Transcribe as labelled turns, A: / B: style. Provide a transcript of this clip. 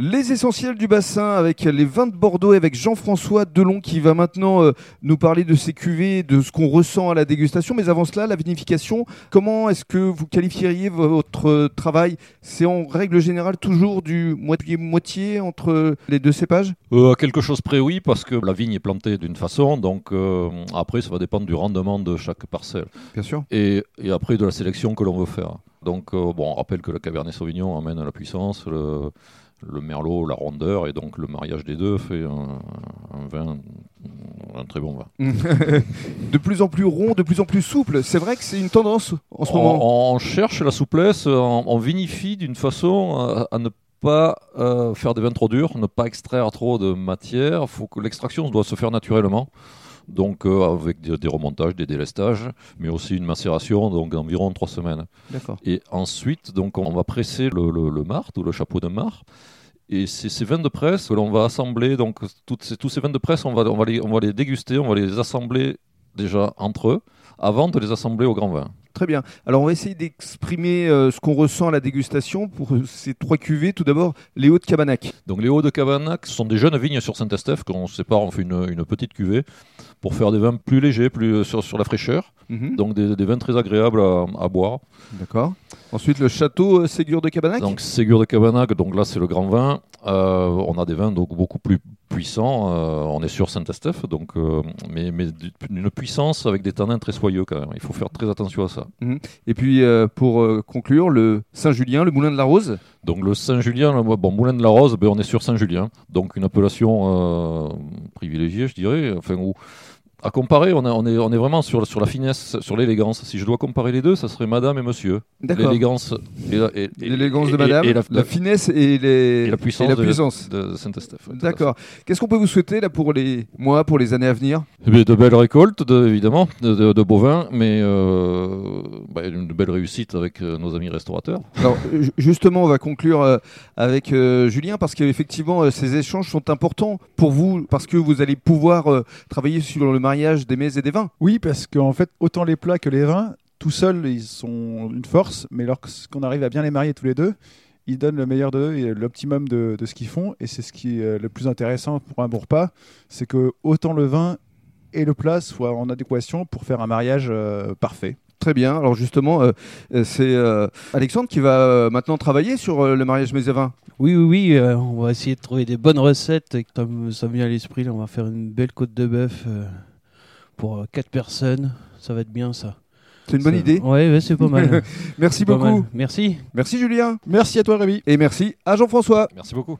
A: Les essentiels du bassin avec les vins de Bordeaux et avec Jean-François Delon qui va maintenant euh, nous parler de ces cuvées, de ce qu'on ressent à la dégustation. Mais avant cela, la vinification, comment est-ce que vous qualifieriez votre euh, travail C'est en règle générale toujours du moitié-moitié entre euh, les deux cépages
B: Euh, à quelque chose près, oui, parce que la vigne est plantée d'une façon, donc euh, après, ça va dépendre du rendement de chaque parcelle
A: Bien sûr.
B: et, et après de la sélection que l'on veut faire. Donc, euh, bon, on rappelle que le Cabernet Sauvignon amène à la puissance, le, le Merlot, la rondeur, et donc le mariage des deux fait un, un vin, un très bon vin.
A: de plus en plus rond, de plus en plus souple. C'est vrai que c'est une tendance en ce
B: on,
A: moment.
B: on cherche la souplesse, on, on vinifie d'une façon à, à ne pas euh, faire des vins trop durs, ne pas extraire trop de matière. Faut que l'extraction doit se faire naturellement. Donc euh, avec des, des remontages, des délestages, mais aussi une macération, donc environ trois semaines.
A: D'accord.
B: Et ensuite, donc on va presser le, le, le marc ou le chapeau de marc. Et c'est ces vins de presse que l'on va assembler. Donc toutes ces- tous ces vins de presse, on va, on, va les, on va les déguster, on va les assembler déjà entre eux, avant de les assembler au grand vin.
A: Très bien. Alors on va essayer d'exprimer euh, ce qu'on ressent à la dégustation pour euh, ces trois cuvées. Tout d'abord, les hauts de Cabanac.
B: Donc les Hauts de Cabanac ce sont des jeunes vignes sur Saint-Estèphe qu'on sépare, on fait une, une petite cuvée pour faire des vins plus légers, plus euh, sur, sur la fraîcheur.
A: Mhm.
B: Donc des, des vins très agréables à, à boire.
A: D'accord. Ensuite, le château euh, Ségur de Cabanac.
B: Donc Ségur de Cabanac, donc là c'est le grand vin. Euh, on a des vins donc beaucoup plus puissants. Euh, on est sur Saint-Estèphe, donc euh, mais, mais d'une puissance avec des tanins très soyeux quand même. Il faut faire très attention à ça.
A: Et puis, euh, pour euh, conclure, le Saint-Julien, le Moulin de la Rose.
B: Donc le Saint-Julien, le- bon, Moulin de la Rose, ben, on est sur Saint-Julien, donc une appellation euh, privilégiée, je dirais. Enfin, où, à comparer, on, a- on est, on est vraiment sur, sur la finesse, sur l'élégance. Si je dois comparer les deux, ça serait Madame et Monsieur.
A: D'accord.
B: L'élégance et, la- et- et-
A: L'élégance
B: et-
A: de
B: et-
A: madame,
B: et
A: la,
B: la,
A: finesse et, les-
B: et la puissance
A: et la
B: de-
A: puissance.
B: de Saint-Estèphe.
A: D'accord. Qu'est-ce qu'on peut vous souhaiter là pour les mois, pour les années à venir
B: Eh bien, de belles récoltes, de- évidemment, de, de, de beaux vins, mais euh, bah, une belle réussite avec euh, nos amis restaurateurs.
A: Alors euh, ju- justement, on va conclure euh, avec euh, Julien parce qu'effectivement, euh, ces échanges sont importants pour vous parce que vous allez pouvoir euh, travailler sur le mariage des mets et des vins.
C: Oui, parce qu'en fait, autant les plats que les vins, tout seuls, ils sont une force, mais lorsqu'on arrive à bien les marier tous les deux, ils donnent le meilleur d'eux et l'optimum de, de ce qu'ils font. Et c'est ce qui est le plus intéressant pour un bon repas, c'est que autant le vin et le plat soient en adéquation pour faire un mariage euh, parfait.
A: Très bien. Alors justement, euh, euh, c'est euh, Alexandre qui va euh, maintenant travailler sur euh, le mariage mets et vins.
D: Oui, oui, oui, euh, on va essayer de trouver des bonnes recettes. Et Ça me, ça me vient à l'esprit, là, on va faire une belle côte de bœuf euh, pour 4 personnes. Ça va être bien, ça.
A: C'est une bonne
D: Ça-
A: idée.
D: Ouais, ouais, c'est pas mal.
A: Merci
D: Pas
A: beaucoup.
D: mal. Merci.
A: Merci Julien
C: Merci à toi, Rémi.
A: et merci à Jean-François.
B: Merci beaucoup.